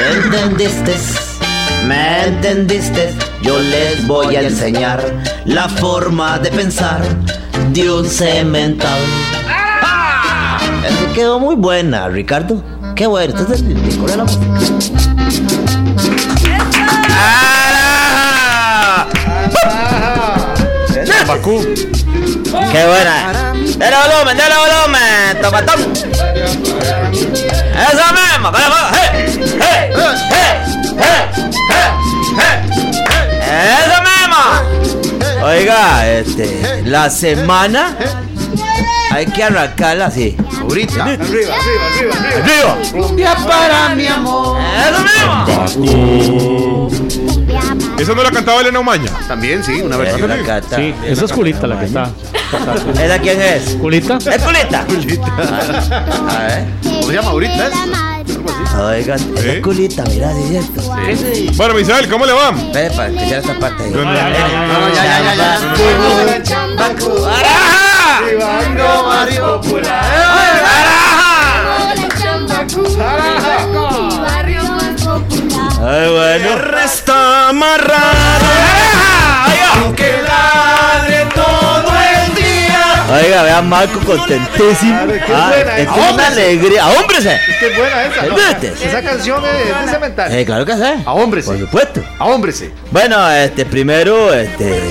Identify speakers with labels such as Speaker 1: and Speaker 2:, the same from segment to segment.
Speaker 1: ¿Me entendiste? ¿Me entendiste? Yo les voy a enseñar la forma de pensar de un cemental. ¡Ah! Eh, Quedó muy buena, Ricardo. Qué bueno. Entonces, Nicolás, la
Speaker 2: Bakú.
Speaker 1: Qué buena. Dale volumen, dale volumen, tomatón. Eso mismo, con la voz. ¡Hey! ¡Hey! ¡Hey! ¡Hey! ¡Hey! ¡Hey! ¡Eso mismo! Oiga, este, la semana hay que arrancarla así.
Speaker 3: Ahorita.
Speaker 1: ¡Arriba! ¡Eso mismo!
Speaker 2: ¿Esa no la cantaba Elena Umaña?
Speaker 3: También, sí, una
Speaker 1: Eh,
Speaker 3: versión.
Speaker 1: la cata.
Speaker 4: Sí, esa es Culita la que está.
Speaker 1: ¿Esa quién es?
Speaker 4: ¿Culita?
Speaker 1: ¡Es culita! A ver.
Speaker 3: ¿Cómo se llama ahorita?
Speaker 1: Oiga,
Speaker 2: ¿Eh?
Speaker 1: es culita, mira, sí, cierto.
Speaker 2: Bueno, Misael, ¿cómo le va?
Speaker 1: Espere para escuchar esta parte ahí.
Speaker 2: No, no, no,
Speaker 4: no,
Speaker 3: no, ya, ya, ya, ya.
Speaker 1: ¡Araja! ¡Araja! Ay, bueno. Resta amarrado. Aunque ladre todo el día. Oiga, vea Marco contentísimo. Ah, es una alegría. ¡A hombres! eh!
Speaker 5: Qué buena esa. ¿no?
Speaker 1: Espérate.
Speaker 5: Esa canción es de cemental.
Speaker 1: Eh, claro que sí.
Speaker 5: A hombres.
Speaker 1: Por supuesto.
Speaker 5: A hombres. Sí,
Speaker 1: Bueno, este, primero, este.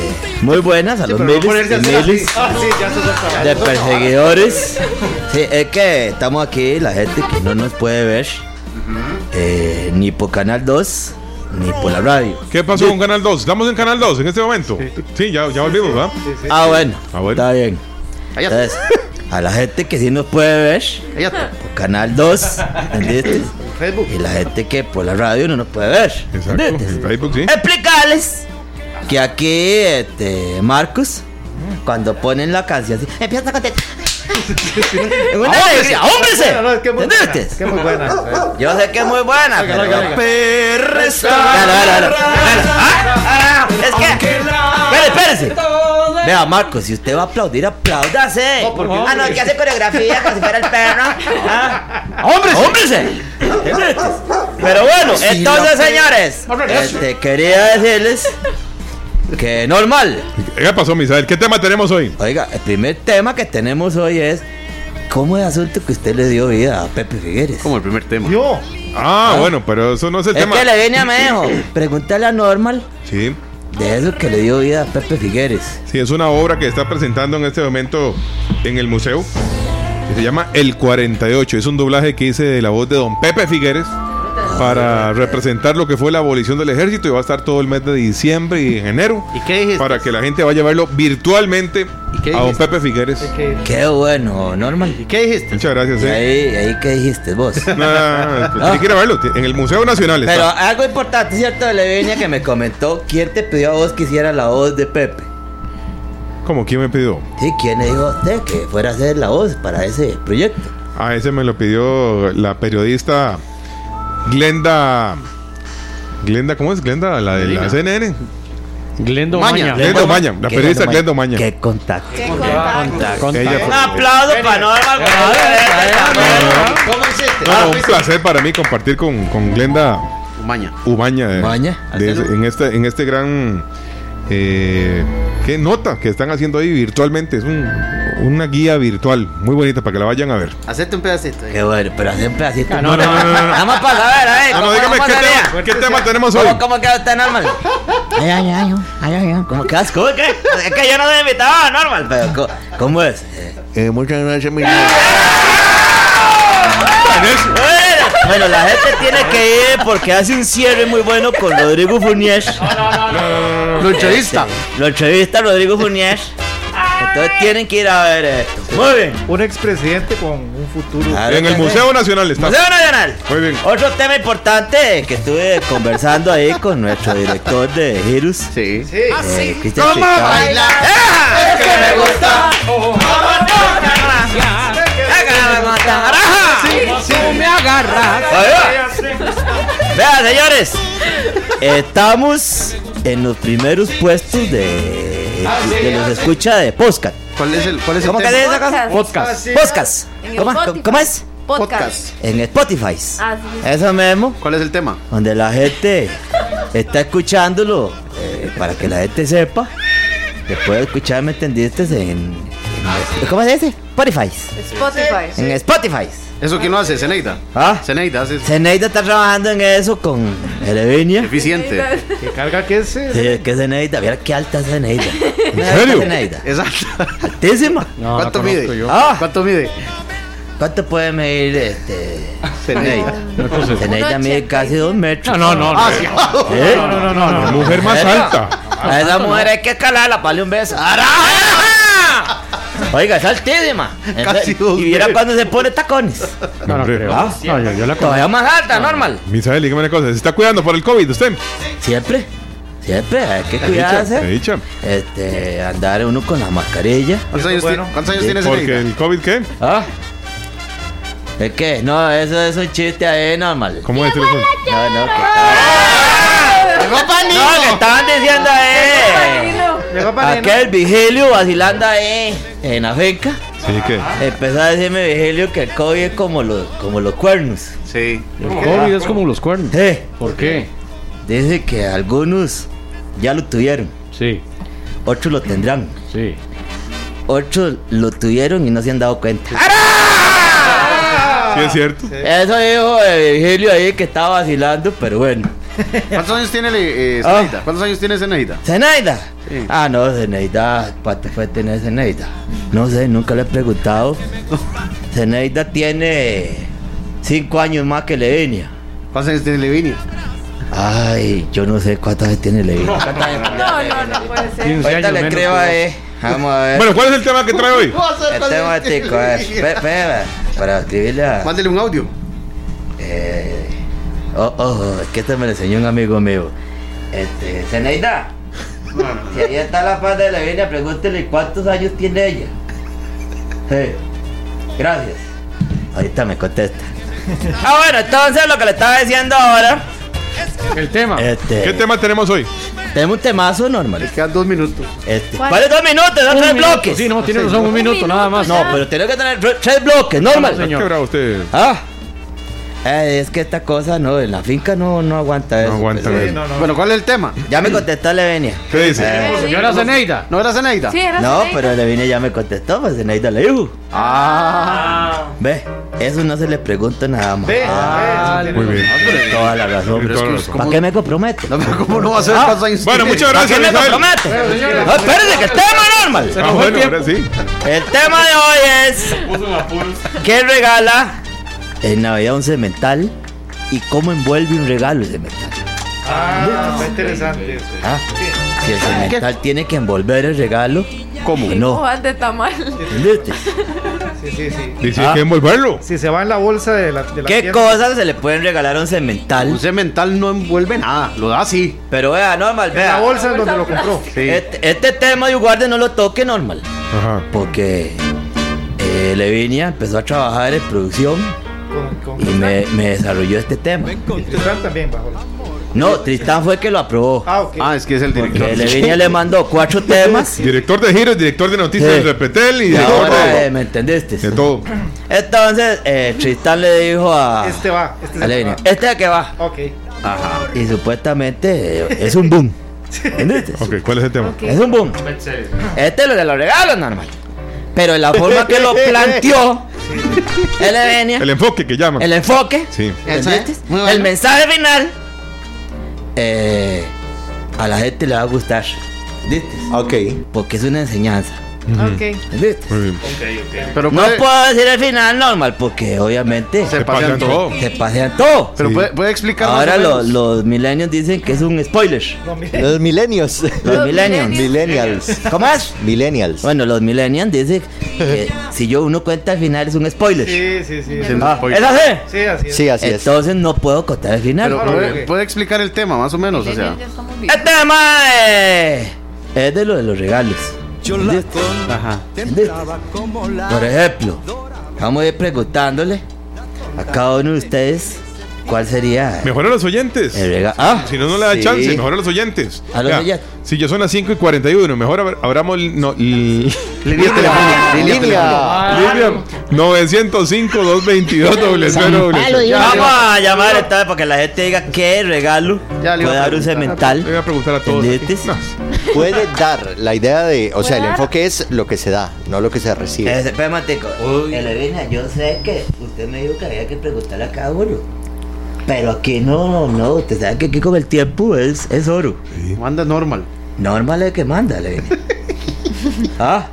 Speaker 1: Muy buenas a los
Speaker 5: pero no
Speaker 1: miles,
Speaker 5: ponerse
Speaker 1: y
Speaker 5: así.
Speaker 1: miles
Speaker 5: Ah, sí, ya se está.
Speaker 1: de perseguidores. Sí, es que estamos aquí, la gente que no nos puede ver. eh, ni por Canal 2, ni por la radio.
Speaker 2: ¿Qué pasó con Canal 2? Estamos en Canal 2 en este momento. Sí, ya, ya volvimos, ¿verdad?
Speaker 1: Ah, bueno.
Speaker 2: Ah, bueno.
Speaker 1: Está bien.
Speaker 5: Allá está.
Speaker 1: Entonces, a la gente que sí nos puede ver
Speaker 5: Allá está.
Speaker 1: por Canal 2, ¿entendiste?
Speaker 5: Facebook.
Speaker 1: Y la gente que por la radio no nos puede ver.
Speaker 2: Exacto,
Speaker 1: ¿entendiste?
Speaker 2: en Facebook, sí.
Speaker 1: Explicarles que aquí, este, Marcos, cuando ponen la canción así, empieza a contestar. En una alegría, ¡Hómbrese!
Speaker 5: Ah, No, no, es que es muy buena.
Speaker 1: ¿Entendiste?
Speaker 5: Es que es muy buena. esa, eh.
Speaker 1: Yo sé que es muy buena, pero...
Speaker 3: Perra
Speaker 1: Claro, claro, claro. Ah, ah, Es que. Espere, espérese. Vea, Marco, si usted va a aplaudir, apláudase. Ah, no, que hace coreografía como si fuera el perro. Ah. ¡Hombre! Pero bueno, entonces, señores, este, quería decirles que normal.
Speaker 2: ¿Qué pasó, Misael? ¿Qué tema tenemos hoy?
Speaker 1: Oiga, el primer tema que tenemos hoy es. ¿Cómo es asunto que usted le dio vida a Pepe Figueres?
Speaker 6: Como el primer tema.
Speaker 5: Yo.
Speaker 2: Ah, bueno, pero eso no es el
Speaker 1: Es
Speaker 2: tema.
Speaker 1: que le viene a Mejo. Pregúntale a Normal
Speaker 2: Sí,
Speaker 1: de eso que le dio vida a Pepe Figueres.
Speaker 2: sí, es una obra que está presentando en este momento en el museo. que se llama El 48. Es un doblaje que hice de la voz de don Pepe Figueres para representar lo que fue la abolición del ejército y va a estar todo el mes de diciembre y en enero.
Speaker 5: ¿Y qué dijiste?
Speaker 2: Para que la gente vaya a verlo virtualmente
Speaker 5: ¿Y qué
Speaker 2: a don
Speaker 5: dijiste?
Speaker 2: Pepe Figueres.
Speaker 5: ¿Qué,
Speaker 1: Qué bueno, Normal.
Speaker 5: qué dijiste?
Speaker 2: Muchas gracias.
Speaker 1: Y
Speaker 2: eh.
Speaker 1: ahí, y ahí que dijiste vos.
Speaker 2: No, no, no, no, pues, tiene que ir a verlo. En el Museo Nacional
Speaker 1: Pero
Speaker 2: está.
Speaker 1: algo importante, ¿cierto? De Leviña que me comentó, ¿quién te pidió a vos que hiciera la voz de Pepe?
Speaker 2: ¿Cómo? ¿Quién me pidió?
Speaker 1: Sí, ¿quién le dijo a usted que fuera a hacer la voz para ese proyecto?
Speaker 2: A ese me lo pidió la periodista Glenda. Glenda, ¿cómo es Glenda? La de la CNN.
Speaker 4: Glendo
Speaker 5: Maña.
Speaker 4: Maña.
Speaker 2: Glenda Omaña, la
Speaker 1: ¿Qué
Speaker 2: periodista Glenda
Speaker 1: Maña?
Speaker 2: Omaña.
Speaker 1: Qué contacto.
Speaker 4: Conta-
Speaker 2: Ella fue-
Speaker 1: aplauso para Normal.
Speaker 5: ¿Cómo hiciste?
Speaker 2: No,
Speaker 5: Ah,
Speaker 2: no, un placer para mí compartir con, con Glenda
Speaker 6: Maña.
Speaker 2: Umaña. de-
Speaker 1: Umaña.
Speaker 2: de ese- en, este, en este gran. eh, ¿Qué nota que están haciendo ahí virtualmente? Es un- una guía virtual muy bonita para que la vayan a ver.
Speaker 5: Hacete un pedacito. eh.
Speaker 1: Qué bueno, pero hace un pedacito.
Speaker 4: Ah, no, no, no, no, no.
Speaker 1: Vamos para saber, a ver.
Speaker 2: Ah,
Speaker 1: ¿cómo-
Speaker 2: no, dígame
Speaker 1: cómo
Speaker 2: qué
Speaker 1: sería?
Speaker 2: tema, qué tema tenemos hoy.
Speaker 1: ¿Cómo, ¿Cómo queda usted, Normal? Ay, ay, ay, ay, ay. ¿Cómo quedas? ¿Cómo qué? Es que yo no soy invitado, Normal. Pero, ¿cómo, cómo es? Eh,
Speaker 6: muchas gracias, mi
Speaker 1: Bueno, bueno, la gente tiene que ir porque hace un cierre muy bueno con Rodrigo Funes.
Speaker 5: Luchadista.
Speaker 1: Lo entrevista Rodrigo Funes. Entonces tienen que ir a ver esto. Muy bien.
Speaker 6: Un expresidente con un futuro.
Speaker 5: Ah,
Speaker 1: Claro
Speaker 2: En
Speaker 1: que
Speaker 2: el
Speaker 1: sí.
Speaker 2: Museo Nacional está.
Speaker 1: Museo Nacional.
Speaker 2: Muy bien.
Speaker 1: Otro tema importante que estuve conversando ahí con nuestro director de Hirus.
Speaker 5: Ah, Sí.
Speaker 1: eh, Cristian Picado.
Speaker 5: Es que me gusta. Oh.
Speaker 1: Vean, señores. Estamos en los primeros puestos de,
Speaker 5: Ah,
Speaker 1: de los escucha de podcast.
Speaker 5: ¿Cuál es el, cuál es el
Speaker 1: ¿Cómo que
Speaker 5: tema?
Speaker 1: se dice cosa?
Speaker 4: Podcast.
Speaker 1: Podcast.
Speaker 7: En el
Speaker 1: ¿Cómo,
Speaker 7: Spotify. Ah,
Speaker 1: cómo es?
Speaker 7: Podcast.
Speaker 1: En Spotify.
Speaker 7: Así es.
Speaker 1: Eso mismo.
Speaker 5: ¿Cuál es el tema?
Speaker 1: donde la gente está escuchándolo eh, para que la gente sepa que puede escuchar ¿me entendiste? En, en- ¿cómo se dice? Spotify
Speaker 7: Spotify.
Speaker 1: en Spotify
Speaker 5: ¿Eso quién lo hace? Zeneida.
Speaker 1: ¿Ah?
Speaker 5: Zeneida hace eso.
Speaker 1: Zeneida está trabajando en eso con Elevinia
Speaker 5: Eficiente.
Speaker 6: Que carga que ese.
Speaker 1: sí, que Zeneida mira qué alta es Zeneida ¿En
Speaker 2: serio?
Speaker 1: Zeneida
Speaker 5: Exacto.
Speaker 1: altísima
Speaker 4: No, la
Speaker 5: ¿Cuánto
Speaker 4: conozco
Speaker 5: mide?
Speaker 4: yo.
Speaker 1: ah
Speaker 5: ¿Cuánto mide?
Speaker 1: ¿cuánto puede medir este
Speaker 5: Zeneida.
Speaker 1: Zeneida mide casi dos metros
Speaker 4: No, no, no.
Speaker 5: Ah,
Speaker 4: no.
Speaker 5: sí.
Speaker 1: ¿Eh?
Speaker 4: No, no, no, no, no.
Speaker 2: La mujer más alta.
Speaker 1: A esa mujer hay que escalarla, para darle un beso. ¡Araja! Oiga, es altísima.
Speaker 5: Casi dos
Speaker 1: y viera
Speaker 5: metros.
Speaker 1: cuando se pone tacones.
Speaker 4: No, no
Speaker 2: Hombre.
Speaker 4: creo.
Speaker 1: Ah.
Speaker 4: No, yo, yo la conozco.
Speaker 1: Todavía más
Speaker 2: Ah.
Speaker 1: alta, normal.
Speaker 2: Misael, dígame una cosa. ¿Se está cuidando por el COVID usted?
Speaker 1: Siempre, siempre hay que
Speaker 2: He
Speaker 1: cuidarse.
Speaker 2: dicho.
Speaker 1: Este, andar uno con la mascarilla.
Speaker 5: ¿Cuántos años,
Speaker 6: Bueno.
Speaker 5: tiene- cuántos años tiene
Speaker 2: Porque
Speaker 5: Zeneida?
Speaker 2: el COVID, ¿qué?
Speaker 1: ¿Ah? ¿Es qué? No, eso es un chiste ahí normal.
Speaker 2: ¿Cómo es?
Speaker 1: No, no, que
Speaker 5: ¡Ah,
Speaker 1: No, que estaban diciendo ahí.
Speaker 6: Llegó para
Speaker 1: Aquel vigilio vacilando ahí en la finca.
Speaker 2: Sí, que.
Speaker 1: Empezó a decirme Vigilio que el COVID es como los, como los cuernos.
Speaker 5: Sí.
Speaker 4: El COVID es como los cuernos.
Speaker 1: Eh,
Speaker 4: ¿Por qué?
Speaker 1: dice que algunos ya lo tuvieron,
Speaker 4: Sí,
Speaker 1: otros lo tendrán,
Speaker 4: sí.
Speaker 1: otros lo tuvieron y no se han dado cuenta.
Speaker 2: Sí, es cierto.
Speaker 1: Eso dijo eh, Vigilio ahí que estaba vacilando, pero bueno.
Speaker 5: ¿Cuántos años tiene eh,
Speaker 1: Ah.
Speaker 5: Zeneida? ¿Cuántos años tiene Zeneida?
Speaker 1: ¿Zenaida?
Speaker 5: Sí.
Speaker 1: Ah, no, Zenaida, ¿cuánto fue tener Zenaida? No sé, nunca le he preguntado. Zenaida tiene cinco años más que Levenia.
Speaker 5: ¿Cuántos años tiene Levini?
Speaker 1: Ay, yo no sé cuántas veces tiene Levenia.
Speaker 7: No, no, no puede ser.
Speaker 4: 15
Speaker 1: Ahorita
Speaker 4: años
Speaker 1: le
Speaker 4: menos.
Speaker 1: creo a él. Vamos a ver.
Speaker 2: Bueno, ¿cuál es el tema que trae hoy?
Speaker 1: el tema de Tico, a ver. Este eh, Espera, espera, para escribirle a.
Speaker 5: Mándele un audio.
Speaker 1: Eh, oh, oh, es que este me lo enseñó un amigo mío. Este, Zeneida. Si ahí está la paz de la vida, pregúntele cuántos años tiene ella. Sí. Gracias. Ahorita me contesta. Ah, bueno, entonces lo que le estaba diciendo ahora.
Speaker 4: El tema.
Speaker 1: Este,
Speaker 2: ¿Qué tema tenemos hoy?
Speaker 1: Tenemos un temazo normal.
Speaker 5: Quedan dos minutos.
Speaker 1: Este,
Speaker 7: ¿Cuál?
Speaker 1: ¿Cuáles dos minutos? Son
Speaker 4: Un
Speaker 1: tres
Speaker 4: minuto.
Speaker 1: bloques.
Speaker 4: Sí, no, tiene razón, un minuto nada más.
Speaker 1: No, pero tiene que tener tre- tres bloques, normal.
Speaker 4: No, señor.
Speaker 2: ¿Qué bravo usted?
Speaker 1: Ah. Eh, es que esta cosa no, en la finca no, no aguanta eso.
Speaker 2: No aguanta.
Speaker 1: pues.
Speaker 2: güey.
Speaker 5: Bueno, ¿cuál es el tema?
Speaker 1: Ya me contestó Levenia.
Speaker 2: ¿Qué dice?
Speaker 1: Eh,
Speaker 4: Señora Zeneida.
Speaker 5: ¿No era Zeneida?
Speaker 7: Ah, Sí, era
Speaker 1: no,
Speaker 7: Zeneida.
Speaker 1: pero Levenia ya me contestó, pues Zenaida le dijo.
Speaker 5: Ah.
Speaker 1: Ve, eso no se le pregunta nada más.
Speaker 5: Ah,
Speaker 2: Muy bien.
Speaker 1: Tiene toda la razón.
Speaker 2: Tiene toda la razón.
Speaker 1: ¿Para qué me compromete?
Speaker 5: No, pero ¿cómo no va a ser cuántos años
Speaker 2: Ah, Bueno,
Speaker 5: tiene?
Speaker 2: muchas
Speaker 1: ¿Para qué
Speaker 2: gracias,
Speaker 1: me
Speaker 2: Misael.
Speaker 1: compromete? No, espérate, que el tema normal.
Speaker 2: Ah, bueno, ahora sí.
Speaker 1: El tema de hoy es... ¿Qué regala en Navidad un cemental y cómo envuelve un regalo el cemental?
Speaker 6: Ah, está interesante eso.
Speaker 1: Ah, si el cemental tiene que envolver el regalo, ¿cómo?
Speaker 7: Qué
Speaker 1: No.
Speaker 7: cojas Oh, de tamal.
Speaker 1: ¿Entendiste?
Speaker 6: Sí, sí, sí.
Speaker 2: Dice
Speaker 1: Ah.
Speaker 2: que envolverlo.
Speaker 6: Si se va en la bolsa de la. De la
Speaker 1: ¿Qué
Speaker 6: tienda,
Speaker 1: cosas se le pueden regalar a un
Speaker 5: Un
Speaker 1: cemental?
Speaker 5: cemental no envuelve nada, lo da así.
Speaker 1: Pero vea, normal,
Speaker 6: En la
Speaker 1: vea.
Speaker 6: bolsa en donde lo compró.
Speaker 1: Este, este tema de guarde no lo toque normal.
Speaker 2: Ajá.
Speaker 1: Porque eh, Levinia empezó a trabajar en producción
Speaker 6: Con, con
Speaker 1: y me, me desarrolló este tema.
Speaker 6: Tristán también bajo. la-
Speaker 1: No, Tristán fue que lo aprobó.
Speaker 6: Ah, ok.
Speaker 5: Ah, es que es el director.
Speaker 1: Porque Levinia le mandó cuatro temas.
Speaker 2: Director de giros, director de noticias
Speaker 1: Sí.
Speaker 2: del Repetel y
Speaker 1: Y
Speaker 2: director
Speaker 1: ahora, eh,
Speaker 2: de,
Speaker 1: ¿me entendiste?
Speaker 2: de todo.
Speaker 1: Entonces, eh, Tristán le dijo a,
Speaker 6: Este va. Este
Speaker 1: a
Speaker 6: se
Speaker 1: Levinia,
Speaker 6: va.
Speaker 1: este es el que va.
Speaker 6: Ok.
Speaker 1: Y supuestamente eh, es un boom. ¿Entendiste?
Speaker 2: Ok, ¿cuál es el tema?
Speaker 1: Es un boom. Este es lo de los regalos normal. Pero en la forma que lo planteó, él venía,
Speaker 2: El enfoque que llaman.
Speaker 1: el enfoque,
Speaker 2: Sí.
Speaker 1: ¿entendiste?
Speaker 5: Ese, muy bueno.
Speaker 1: el mensaje final, eh, a la gente le va a gustar. ¿Viste?
Speaker 3: Ok.
Speaker 1: Porque es una enseñanza.
Speaker 7: Ok.
Speaker 1: ¿Entendiste?
Speaker 2: Muy bien.
Speaker 5: Pero
Speaker 1: No
Speaker 5: puede,
Speaker 1: puedo decir el final normal porque obviamente
Speaker 5: Eh. Se
Speaker 1: se,
Speaker 2: Se pasean
Speaker 5: pasean
Speaker 2: todo.
Speaker 1: pasean todo.
Speaker 5: pero
Speaker 2: Sí.
Speaker 5: puede, puede explicar más
Speaker 1: Ahora
Speaker 5: o
Speaker 1: los,
Speaker 5: menos.
Speaker 1: los millennials dicen que es un spoiler.
Speaker 6: No, mire.
Speaker 8: Los millennials.
Speaker 1: Los millennials.
Speaker 8: Millennials.
Speaker 1: ¿Cómo es?
Speaker 8: Millennials.
Speaker 1: Bueno, los millennials dicen que si yo uno cuenta el final es un spoiler.
Speaker 6: Sí, sí, sí.
Speaker 1: Ah, ¿Es así?
Speaker 6: Sí, así es.
Speaker 8: Sí, así es.
Speaker 1: Entonces no puedo contar el final.
Speaker 5: Pero
Speaker 6: Claro,
Speaker 5: puede,
Speaker 6: ok.
Speaker 5: puede explicar el tema más o menos, o sea.
Speaker 7: Millennials ya estamos
Speaker 1: El
Speaker 7: viviendo.
Speaker 1: tema eh, ¡Este es de lo de los regalos. ¿Entendiste?
Speaker 5: Ajá.
Speaker 1: ¿Entendiste? Por ejemplo, vamos a ir preguntándole a cada uno de ustedes cuál sería el
Speaker 2: Mejor a los oyentes.
Speaker 1: regalo. Ah,
Speaker 2: Si no, no le da
Speaker 1: Sí.
Speaker 2: chance. Mejor a los oyentes.
Speaker 1: A los
Speaker 2: Ya,
Speaker 1: oyentes.
Speaker 2: Si ya son las 5 y 41, mejor abra- abramos el- no, el-
Speaker 5: Línea telefónica. Línea telefónica.
Speaker 2: Línea 905 222 00
Speaker 1: Vamos a llamar entonces para que la gente diga qué regalo
Speaker 5: Ya le iba
Speaker 1: puede
Speaker 5: a
Speaker 1: dar un
Speaker 5: preguntar.
Speaker 2: Le voy
Speaker 1: cemental.
Speaker 2: a preguntar a todos.
Speaker 1: ¿Entendiste?
Speaker 2: No.
Speaker 8: Puede dar la idea de. O sea, el
Speaker 7: Puede dar.
Speaker 8: enfoque es lo que se da, no lo que se recibe.
Speaker 1: Espérate, tico. Elevina, yo sé que usted me dijo que había que preguntarle a cada uno. Pero aquí no, no, usted sabe que aquí con el tiempo es, es oro.
Speaker 5: Manda normal.
Speaker 1: Normal es que manda, Elevina. ah.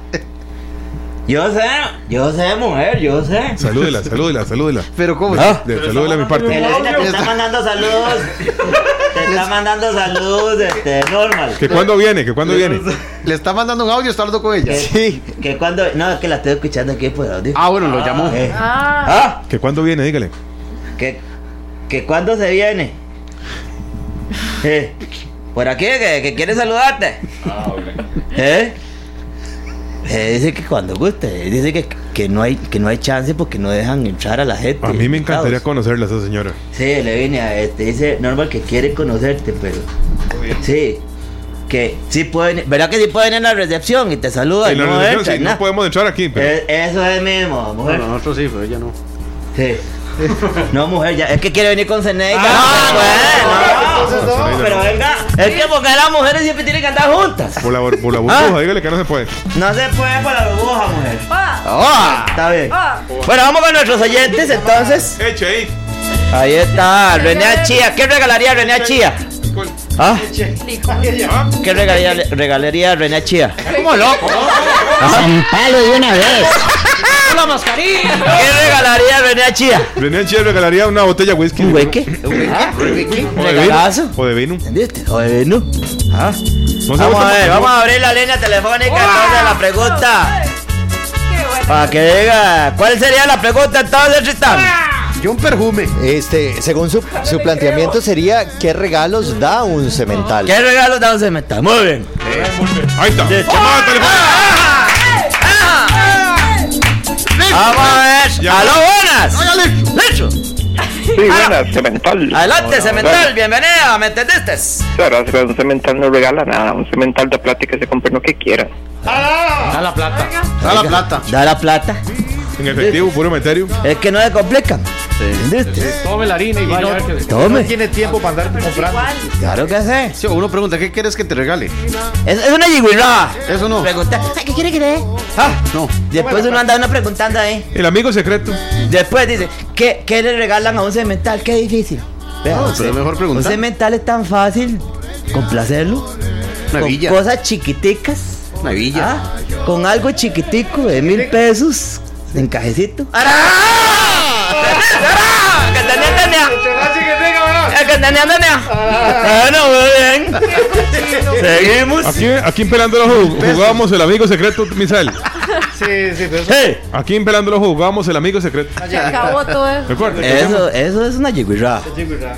Speaker 1: Yo sé, yo sé, mujer, yo sé.
Speaker 2: Salúdela, salúdela, salúdela.
Speaker 5: Pero cómo.
Speaker 1: Ah.
Speaker 2: De- salúdela a mi parte.
Speaker 1: Elevina te está mandando saludos. Te está mandando saludos, este, normal.
Speaker 2: ¿Que cuándo viene? ¿Que cuándo viene?
Speaker 5: Le está mandando un audio, está hablando con ella.
Speaker 1: Que- Que cuando. No, es que la estoy escuchando aquí por audio.
Speaker 5: Ah, bueno, lo llamó.
Speaker 1: Eh,
Speaker 7: Ah,
Speaker 1: ah.
Speaker 2: ¿Que cuándo viene? Dígale.
Speaker 1: ¿Que, que cuándo se viene? Eh, ¿Por aquí? ¿Que, que quiere saludarte?
Speaker 2: Ah,
Speaker 1: ¿Eh? Eh, dice que cuando guste. Dice que, que, no hay, que no hay chance porque no dejan entrar a la gente.
Speaker 2: A mí me encantaría
Speaker 1: Caos.
Speaker 2: conocerla, esa señora.
Speaker 1: Sí, le vine a este. Dice Normal que quiere conocerte, pero. Sí. Que sí pueden. ¿Verdad que sí pueden en la recepción y te saludan?
Speaker 2: En la
Speaker 1: no
Speaker 2: reunión,
Speaker 1: entran,
Speaker 2: sí,
Speaker 1: nah.
Speaker 2: no podemos entrar aquí. pero-
Speaker 1: Eh, Eso es mismo, mujer.
Speaker 5: Bueno, nosotros sí, pero ella no.
Speaker 1: Sí. No, mujer, ya. Es que quiere venir con Zeneida.
Speaker 6: Ah,
Speaker 1: no,
Speaker 6: entonces
Speaker 1: bueno.
Speaker 2: no.
Speaker 1: Pero venga, es que porque las mujeres siempre tienen que andar juntas.
Speaker 2: Por la, por la burbuja,
Speaker 1: Ah.
Speaker 2: dígale que no se puede.
Speaker 1: No se puede por la burbuja, mujer.
Speaker 7: ah,
Speaker 1: Está bien.
Speaker 7: ah.
Speaker 1: Bueno, vamos con nuestros oyentes entonces.
Speaker 2: Eche ahí.
Speaker 1: Ahí está, René Chía. ¿Qué regalaría René Chía? ¿Ah?
Speaker 7: Lico.
Speaker 1: ¿Qué regalaría, regalaría René Chía?
Speaker 5: ¿Cómo loco?
Speaker 1: ¡La mascarilla! ¿Qué regalaría René Chía?
Speaker 2: René Chía regalaría una botella de whisky.
Speaker 1: ¿Un hueque? ¿Ah?
Speaker 2: O
Speaker 1: ¿Un
Speaker 2: de vino.
Speaker 1: regalazo?
Speaker 2: O de vino.
Speaker 1: ¿Entendiste? Joder, no. ¿Ah?
Speaker 2: No sé,
Speaker 1: Vamos a
Speaker 2: vos-
Speaker 1: ver, vamos a abrir la línea telefónica entonces a la pregunta.
Speaker 7: Qué bueno.
Speaker 1: Para que diga, ¿cuál sería la pregunta entonces, Tristán?
Speaker 5: Yo un perfume.
Speaker 8: Este, según su, su planteamiento sería ¿qué regalos da un cemental?
Speaker 1: ¿Qué regalo da un cemental? Muy bien.
Speaker 2: Ahí está.
Speaker 1: Sí.
Speaker 2: Llamada telefónica.
Speaker 1: Ah, ah, ah. Vamos a ver.
Speaker 2: Ya.
Speaker 1: ¡Aló, buenas! ¡Listo!
Speaker 9: Sí,
Speaker 10: Ah.
Speaker 9: buenas, cemental.
Speaker 1: Adelante, cemental,
Speaker 9: Bueno.
Speaker 1: bienvenida, ¿me entendiste?
Speaker 9: Claro, pero un cemental no regala nada. Un cemental da plata y que se compre lo que quiera.
Speaker 4: Da la plata.
Speaker 5: Da la plata.
Speaker 1: Da la plata.
Speaker 2: En efectivo, puro meterio.
Speaker 1: Es que no se complican. ¿Entendiste?
Speaker 4: Tome la harina y vaya a ver qué se-
Speaker 6: No
Speaker 1: Tome.
Speaker 6: tiene tiempo para andar comprando.
Speaker 7: Igual.
Speaker 1: Claro que sí.
Speaker 5: Sí, uno pregunta, ¿qué quieres que te regale?
Speaker 1: Es, es una yigüirraba.
Speaker 5: Eso no.
Speaker 1: Pregunta, "Ay, ¿qué quiere que le dé?" Ah,
Speaker 5: No.
Speaker 1: después uno anda uno preguntando ahí.
Speaker 2: El amigo secreto.
Speaker 1: Después dice, ¿qué, qué le regalan a un cemental? Qué difícil. Vea,
Speaker 5: No,
Speaker 1: un
Speaker 5: pero
Speaker 1: ce-
Speaker 5: mejor preguntar.
Speaker 1: Un cemental es tan fácil complacerlo.
Speaker 5: Una
Speaker 1: con
Speaker 5: villa.
Speaker 1: cosas chiquiticas.
Speaker 5: Una villa.
Speaker 1: ¿ah? Con algo chiquitico de mil pesos. En cajecito. ¡Ara! ¡Ara! ¡Que tenía, tenía! ¡Eh,
Speaker 4: Ah,
Speaker 1: ¡Que tenía, tenía! Bueno, muy bien. Seguimos.
Speaker 2: Aquí, aquí en Pelándolo jugábamos el amigo secreto, Misael.
Speaker 6: Sí, sí, pero eso
Speaker 1: ¡Hey!
Speaker 2: Aquí en Pelándolo jugábamos el amigo secreto.
Speaker 7: Se acabó todo eso.
Speaker 2: Recuerda.
Speaker 1: Eso, eso es una yigüirraba.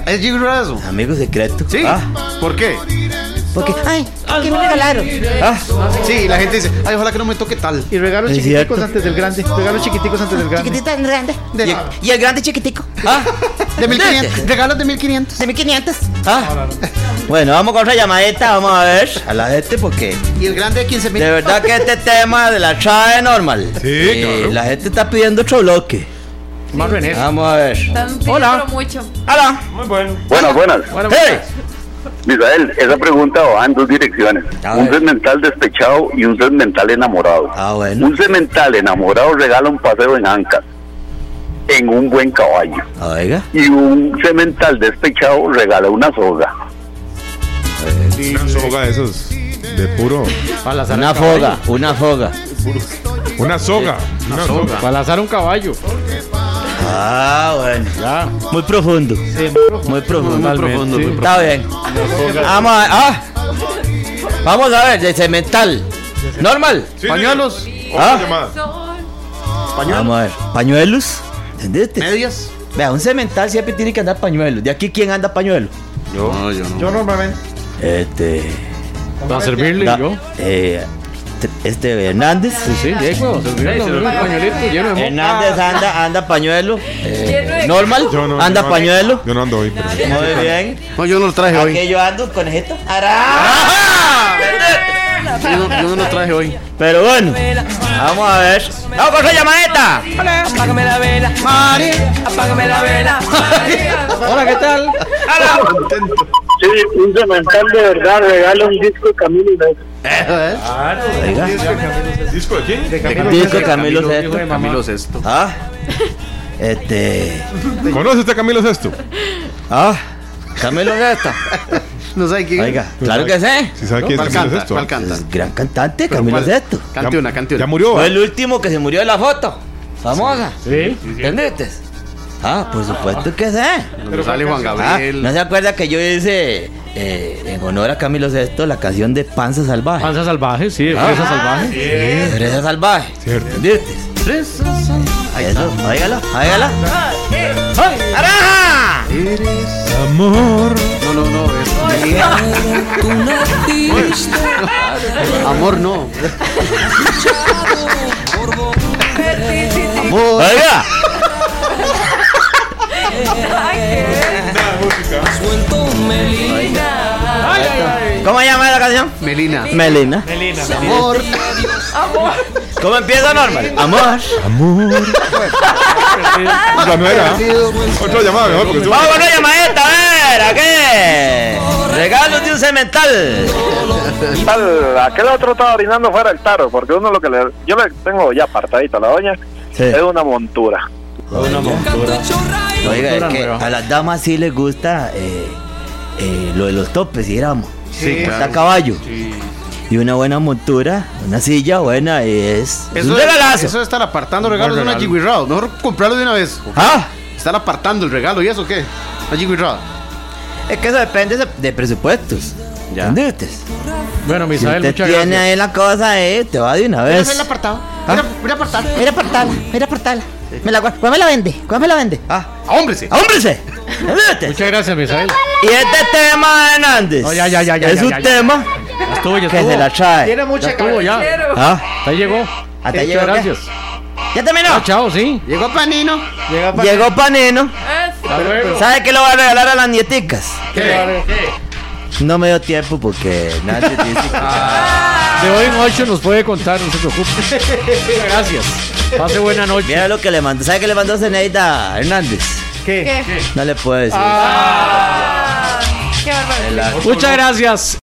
Speaker 5: ¿Es Jim Razo?
Speaker 1: Amigo secreto.
Speaker 5: Sí.
Speaker 1: Ah,
Speaker 5: ¿Por qué?
Speaker 1: porque, ay, ¿qué me regalaron? Ah,
Speaker 5: Sí, la gente dice, ay, ojalá que no me toque tal.
Speaker 6: Y regalos
Speaker 1: Es
Speaker 6: chiquiticos
Speaker 1: cierto.
Speaker 6: antes del grande. Regalos chiquiticos antes del grande.
Speaker 1: chiquitito en grande.
Speaker 5: De,
Speaker 1: Y el grande chiquitico. Ah,
Speaker 5: de 1500. Regalos de 1500.
Speaker 1: de 1500. Ah. Bueno, vamos con otra llamadita, vamos a ver a la gente porque
Speaker 5: Y el grande de 15000.
Speaker 1: de verdad que este tema de la chave normal. Eh,
Speaker 2: Sí, claro.
Speaker 1: La gente está pidiendo otro bloque.
Speaker 4: Más René.
Speaker 1: Vamos a ver.
Speaker 7: Tan
Speaker 4: Hola.
Speaker 7: Hola. mucho.
Speaker 1: ¡Hala!
Speaker 4: Muy bueno.
Speaker 10: Buenas, buenas.
Speaker 4: Bueno,
Speaker 1: ¡Hey!
Speaker 10: Misael, esa pregunta va en dos direcciones.
Speaker 1: A
Speaker 10: Un
Speaker 1: ver.
Speaker 10: cemental despechado y un cemental enamorado.
Speaker 1: Ah, bueno.
Speaker 10: Un cemental enamorado regala un paseo en ancas, en un buen caballo.
Speaker 1: Ah, Oiga.
Speaker 10: Y un cemental despechado regala una soga.
Speaker 2: Una soga de esos. De puro.
Speaker 1: Una foga, una foga.
Speaker 2: Una soga. Una soga.
Speaker 4: Para lanzar un caballo.
Speaker 11: Ah, bueno.
Speaker 4: Ya.
Speaker 1: Muy profundo. Muy profundo.
Speaker 4: Muy profundo, muy
Speaker 11: Está bien. Vamos a, ah. Vamos a ver, de cemental. Normal.
Speaker 2: Sí,
Speaker 4: Pañuelos.
Speaker 2: sí. Otra
Speaker 11: Ah.
Speaker 2: llamada.
Speaker 11: Vamos a ver.
Speaker 1: ¿Pañuelos? ¿Entendiste?
Speaker 5: Medias.
Speaker 11: Vea, un cemental siempre tiene que andar pañuelo. ¿De aquí quién anda pañuelo?
Speaker 12: Yo. No, yo no.
Speaker 13: Yo normalmente.
Speaker 1: Este.
Speaker 4: Para servirle
Speaker 1: da-
Speaker 4: yo.
Speaker 1: eh, te- este Hernández.
Speaker 4: Sí, sí, Diego. Servirle
Speaker 7: se lo
Speaker 4: un
Speaker 7: doy.
Speaker 4: pañuelito lleno de moco.
Speaker 11: Hernández anda, anda pañuelo. Eh,
Speaker 7: Lleno de-
Speaker 11: normal.
Speaker 2: Yo no,
Speaker 11: anda
Speaker 2: yo no-
Speaker 11: pañuelo.
Speaker 2: Yo no ando hoy. pero-
Speaker 11: Muy bien.
Speaker 12: No, yo no lo traje hoy.
Speaker 11: Aquí yo ando conejito. ¡Ara!
Speaker 12: Yo no, yo no lo traje hoy.
Speaker 11: Pero bueno, vamos a ver. ¡Vamos con su llamadita!
Speaker 7: Apágame la vela. Apágame la vela.
Speaker 4: Hola, ¿qué tal?
Speaker 10: Sí, un cemental de verdad regala un disco de Camilo
Speaker 5: ¿Eh?
Speaker 2: ¿Disco de quién?
Speaker 1: Disco Camilo Sesto.
Speaker 12: Camilo Sesto.
Speaker 1: Ah. Este.
Speaker 2: ¿Conoce usted a Camilo Sesto?
Speaker 1: Ah. Camilo Sesto.
Speaker 5: No sé quién.
Speaker 1: Oiga, claro que sí.
Speaker 2: Si sabe quién es
Speaker 5: ¿Cuál
Speaker 2: Camilo
Speaker 5: canta?
Speaker 2: Sesto.
Speaker 5: ¿Cuál canta?
Speaker 1: Es gran cantante, Camilo
Speaker 5: ¿cuál?
Speaker 1: Sesto.
Speaker 5: Cante una, cante
Speaker 2: Ya
Speaker 5: una.
Speaker 2: murió.
Speaker 1: Fue
Speaker 2: ¿eh?
Speaker 1: el último que se murió de la foto. Famosa.
Speaker 4: Sí.
Speaker 1: ¿Entendiste? Ah, por supuesto que sí.
Speaker 5: Pero sale Juan
Speaker 1: Ah,
Speaker 5: Gabriel.
Speaker 1: ¿No se acuerda que yo hice eh, en honor a Camilo Sesto la canción de Panza Salvaje?
Speaker 4: Panza salvaje, sí.
Speaker 1: Ah.
Speaker 4: Panza salvaje.
Speaker 1: Fresa Salvaje.
Speaker 2: Cierto.
Speaker 1: ¿Entendiste? Eso, óigalo, óigalo. ¡Araja!
Speaker 2: Amor.
Speaker 5: No, no, no. es- Amor, no.
Speaker 7: Sí, sí, sí.
Speaker 1: ¡Oiga!
Speaker 7: Ay, qué linda.
Speaker 1: ¿Cómo se llama la canción?
Speaker 5: Melina.
Speaker 1: Melina.
Speaker 5: Amor.
Speaker 7: Amor.
Speaker 1: ¿Cómo empieza normal? Amor.
Speaker 2: La no era. ¿eh? Otra llamada mejor. Porque estuvo-
Speaker 1: Vamos con una llamadita, a ver, ¿a qué? Regalos de un cemental.
Speaker 10: Tal, aquel otro estaba orinando fuera del taro, porque uno lo que le. Yo le tengo ya apartadita la doña.
Speaker 1: Sí.
Speaker 10: Es una montura.
Speaker 1: Oiga, es que a las damas sí les gusta eh, eh, lo de los topes, digamos.
Speaker 5: Sí,
Speaker 1: Está caballo. Y una buena montura, una silla buena es. es un
Speaker 5: es-
Speaker 1: regalazo.
Speaker 5: Eso de estar apartando regalos de una Jiguirrao. Mejor comprarlo de una vez.
Speaker 1: Ah,
Speaker 5: Estar apartando el regalo. ¿Y eso qué? Una Jiguirrao.
Speaker 1: es que eso depende de, de presupuestos. ¿Entendiste?
Speaker 4: Bueno,
Speaker 1: Si
Speaker 4: Misael,
Speaker 1: usted
Speaker 4: muchas
Speaker 1: tiene
Speaker 4: gracias.
Speaker 1: ahí la cosa, eh, te va de una
Speaker 11: Mira,
Speaker 1: vez.
Speaker 11: mira el apartado.
Speaker 1: Ah.
Speaker 11: Mira, mira apartado.
Speaker 1: Mira portala, mira portala. Me la guardo. ¿Cuál me la vende? ¿Cuál me la vende? Ah,
Speaker 5: ¡Ah, ¡Hombre, sí!
Speaker 1: ¡hombrese! ¿Entendiste?
Speaker 4: Muchas gracias, Misael.
Speaker 1: Y este tema de Hernández
Speaker 4: No, ya, ya, ya, ya,
Speaker 1: es
Speaker 4: ya,
Speaker 1: un
Speaker 4: ya, ya.
Speaker 1: tema
Speaker 4: Ya estuvo, ya
Speaker 1: que
Speaker 4: estuvo.
Speaker 1: se la trae.
Speaker 13: Tiene mucha
Speaker 4: Ya estuvo,
Speaker 13: cabeza.
Speaker 4: ya.
Speaker 7: Quiero.
Speaker 1: Ah,
Speaker 4: Hasta ahí llegó.
Speaker 1: Hasta ahí
Speaker 4: Muchas
Speaker 1: llegó, ¿qué?
Speaker 4: gracias.
Speaker 1: ya terminó.
Speaker 4: Ah, chao, sí.
Speaker 5: Llegó Panino.
Speaker 13: Llega para
Speaker 1: Llegó Paneno.
Speaker 7: Eso.
Speaker 4: Hasta luego.
Speaker 1: ¿Sabe qué le va a regalar a las nieticas? No me dio tiempo porque nadie dice
Speaker 4: De hoy en ocho nos puede contar, no se preocupe. Muchas gracias. Pase buena noche.
Speaker 1: Mira lo que le mandó. ¿Sabe qué le mandó Zeneida Hernández?
Speaker 13: qué.
Speaker 7: ¿Qué?
Speaker 1: No le puedo decir.
Speaker 7: Qué bárbaro.
Speaker 1: La-
Speaker 4: Muchas gracias.